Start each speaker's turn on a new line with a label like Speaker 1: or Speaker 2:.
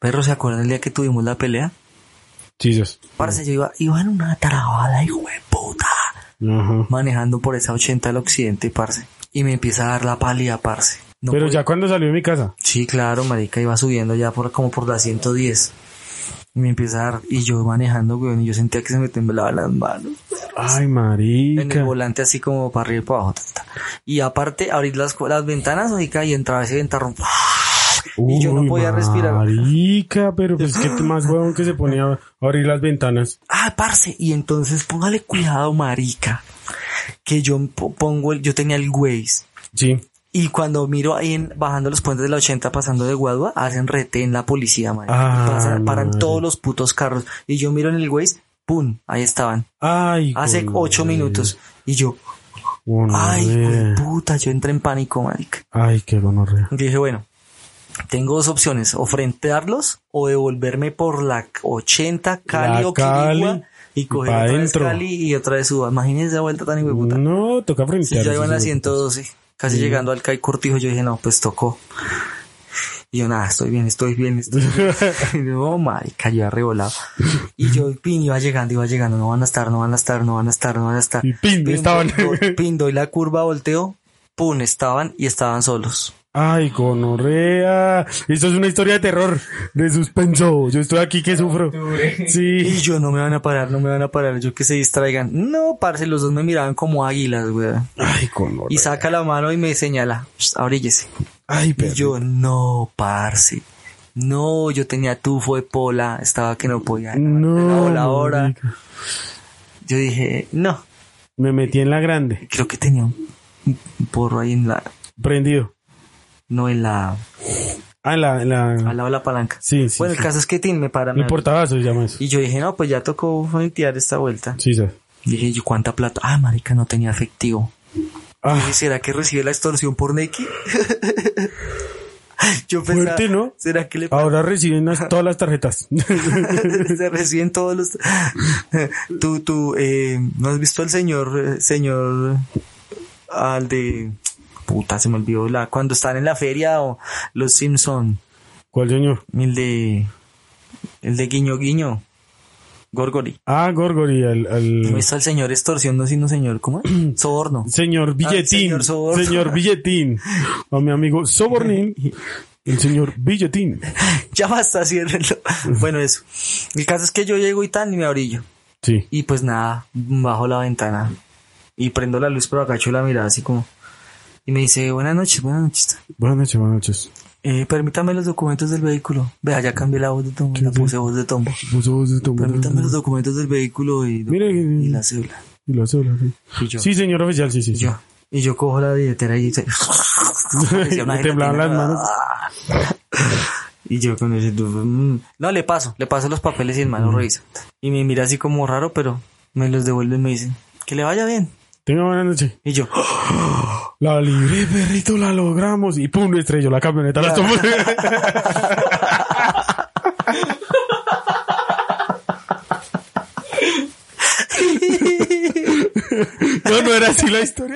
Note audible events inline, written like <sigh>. Speaker 1: Perro, ¿se acuerdan el día que tuvimos la pelea?
Speaker 2: Jesus.
Speaker 1: Parce, yo iba, iba en una tarabada, hijo de puta.
Speaker 2: Ajá.
Speaker 1: Manejando por esa 80 del occidente, parce. Y me empieza a dar la pálida, parce. No
Speaker 2: Pero
Speaker 1: podía-
Speaker 2: ya cuando salió de mi casa.
Speaker 1: Sí, claro, marica, iba subiendo ya por como por la 110. Y me empieza a dar, y yo manejando, weón, y yo sentía que se me temblaban las manos.
Speaker 2: Ay,
Speaker 1: En el
Speaker 2: marica.
Speaker 1: volante así como para arriba y para abajo. ta, ta, ta. Y aparte, abrir las, co- las ventanas, marica, y entraba ese ventarrón. Y yo no
Speaker 2: Uy,
Speaker 1: podía respirar.
Speaker 2: Marica, pero
Speaker 1: <laughs>
Speaker 2: pues qué más huevón que se ponía a abrir las ventanas.
Speaker 1: Ah, parce, y entonces póngale cuidado, marica. Que yo po- pongo el, yo tenía el Waze.
Speaker 2: Sí.
Speaker 1: Y cuando miro ahí en, bajando los puentes de la 80 pasando de Guadua, hacen retén la policía, marica.
Speaker 2: Ah,
Speaker 1: Y pasan- paran
Speaker 2: madre.
Speaker 1: todos los putos carros. Y yo miro en el Waze, pum, ahí estaban.
Speaker 2: Ay,
Speaker 1: Hace
Speaker 2: güey.
Speaker 1: ocho minutos. Y yo,
Speaker 2: Gonorrea.
Speaker 1: ay, güey, puta, yo entré en pánico, marica.
Speaker 2: Ay, qué gonorrea.
Speaker 1: Y dije, bueno, tengo dos opciones, o frentearlos o devolverme por la 80 Cali
Speaker 2: La
Speaker 1: o Quirigua
Speaker 2: Cali,
Speaker 1: y
Speaker 2: y
Speaker 1: coger
Speaker 2: pa'
Speaker 1: otra vez
Speaker 2: adentro.
Speaker 1: Cali y otra vez Suba. Imagínense esa vuelta tan hueputa.
Speaker 2: No, toca frente
Speaker 1: Si ya iban a 112, casi llegando al CAI Cortijo, yo dije, no, pues tocó. Y yo, nada, estoy bien, estoy bien, estoy
Speaker 2: <laughs>
Speaker 1: bien. no, marica, yo arrebolado. Y yo, pin, iba llegando, iba llegando, no van a estar, no van a estar, no van a estar, no van a estar.
Speaker 2: Y pin, estaban.
Speaker 1: doy-
Speaker 2: <laughs>
Speaker 1: pin, doy la curva, volteo, pum, estaban y estaban solos.
Speaker 2: Ay, gonorrea. Esto es una historia de terror, de suspenso. Yo estoy aquí que sufro.
Speaker 1: <laughs> Y
Speaker 2: Sí.
Speaker 1: yo, no me van a parar, no me van a parar, yo que se distraigan. No, parce, los dos me miraban como águilas, güey.
Speaker 2: Ay, gonorrea.
Speaker 1: Y saca la mano y me señala, "Ps, abríllese.
Speaker 2: Ay,
Speaker 1: Y
Speaker 2: pero.
Speaker 1: yo, no, parce. No, yo tenía tufo de pola, estaba que no podía.
Speaker 2: No.
Speaker 1: Hola, ahora.
Speaker 2: marica.
Speaker 1: Yo dije, no,
Speaker 2: Me metí en la grande,
Speaker 1: creo que tenía un un porro ahí en la,
Speaker 2: prendido.
Speaker 1: no en la,
Speaker 2: Ah, en la, en
Speaker 1: al
Speaker 2: la.
Speaker 1: lado de la palanca.
Speaker 2: Sí, sí.
Speaker 1: bueno,
Speaker 2: sí.
Speaker 1: el caso es que Tim me para. me
Speaker 2: El portabazo se llama eso.
Speaker 1: abre. Y yo dije, no, pues ya tocó frentear esta vuelta.
Speaker 2: Sí, sí.
Speaker 1: Dije, yo, ¿cuánta plata? Ah, marica, no tenía efectivo.
Speaker 2: Ah,
Speaker 1: Dije, ¿será que recibe la extorsión por Neki? <laughs> Yo pensaba,
Speaker 2: Fuerte, ¿no?
Speaker 1: ¿será que le
Speaker 2: ahora reciben las- todas las tarjetas.
Speaker 1: <laughs> se reciben todos los... <laughs> tú, tú, eh, ¿no has visto al señor, eh, señor, al de... Puta, se me olvidó la... Cuando están en la feria o los Simpson,
Speaker 2: ¿Cuál señor?
Speaker 1: el de... El de Guiño Guiño, Gorgori.
Speaker 2: Ah, Gorgori, al, al-
Speaker 1: ¿No has visto al señor extorsión, no sino señor, ¿cómo
Speaker 2: <clears throat>
Speaker 1: es? Soborno.
Speaker 2: señor billetín.
Speaker 1: señor soborno.
Speaker 2: señor billetín. A mi amigo Sobornín. El señor billetín.
Speaker 1: <laughs> ya basta, ciérrenlo. bueno, eso. El caso es que yo llego y tan y me abrillo.
Speaker 2: Sí.
Speaker 1: Y pues nada, bajo la ventana y prendo la luz, pero agacho la mirada así como. Y me dice, buenas noches, buenas noches.
Speaker 2: Buenas noches, buenas noches.
Speaker 1: Eh, permítame los documentos del vehículo. Vea, ya cambié la voz de tombo, la puse voz de tombo.
Speaker 2: Puso voz de tu-
Speaker 1: Permítame los documentos del vehículo y,
Speaker 2: Mire,
Speaker 1: y la cédula.
Speaker 2: Y lo hace hablar, sí.
Speaker 1: Y yo,
Speaker 2: Sí, señor oficial, sí, sí.
Speaker 1: y
Speaker 2: sí.
Speaker 1: yo. Y yo cojo la billetera y
Speaker 2: <laughs>
Speaker 1: dice,
Speaker 2: Me temblaban las manos.
Speaker 1: <laughs> Y yo con ese du- mm. No, le paso, le paso los papeles y el
Speaker 2: Mm.
Speaker 1: man los revisa. Y me mira así como raro, pero me los devuelve y me dice, que le vaya bien.
Speaker 2: Tenga buena noche.
Speaker 1: Y
Speaker 2: <laughs>
Speaker 1: yo, <laughs>
Speaker 2: La libre, perrito, la logramos. Y pum, estrelló la camioneta. La tomó.
Speaker 1: <laughs>
Speaker 2: <laughs> no, no era así la historia.